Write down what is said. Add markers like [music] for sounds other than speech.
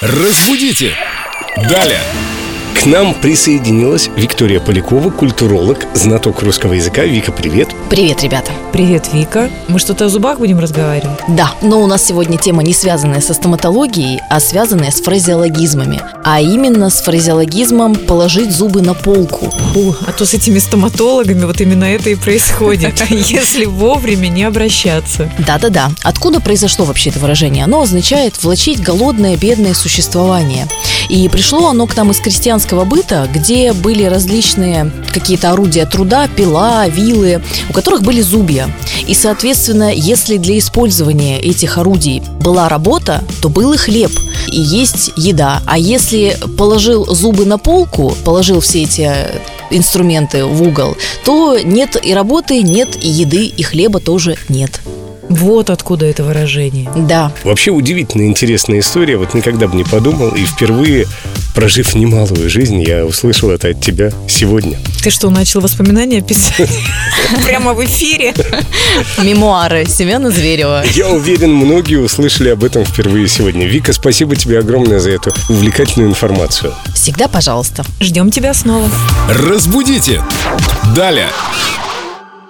Разбудите! Далее! К нам присоединилась Виктория Полякова, культуролог, знаток русского языка. Вика, привет. Привет, ребята. Привет, Вика. Мы что-то о зубах будем разговаривать? Да, но у нас сегодня тема не связанная со стоматологией, а связанная с фразеологизмами. А именно с фразеологизмом «положить зубы на полку». О, а то с этими стоматологами вот именно это и [laughs] происходит, если вовремя не обращаться. Да-да-да. Откуда произошло вообще это выражение? Оно означает «влачить голодное, бедное существование». И пришло оно к нам из крестьянского быта, где были различные какие-то орудия труда, пила, вилы, у которых были зубья. И, соответственно, если для использования этих орудий была работа, то был и хлеб, и есть еда. А если положил зубы на полку, положил все эти инструменты в угол, то нет и работы, нет и еды, и хлеба тоже нет. Вот откуда это выражение. Да, Вообще удивительно интересная история. Вот никогда бы не подумал. И впервые, прожив немалую жизнь, я услышал это от тебя сегодня. Ты что, начал воспоминания писать? [laughs] Прямо в эфире? мемуары Семена Зверева. Я уверен, многие услышали об этом впервые сегодня. Вика, спасибо тебе огромное за эту увлекательную информацию. Всегда пожалуйста. Ждем тебя снова. Разбудите! Далее!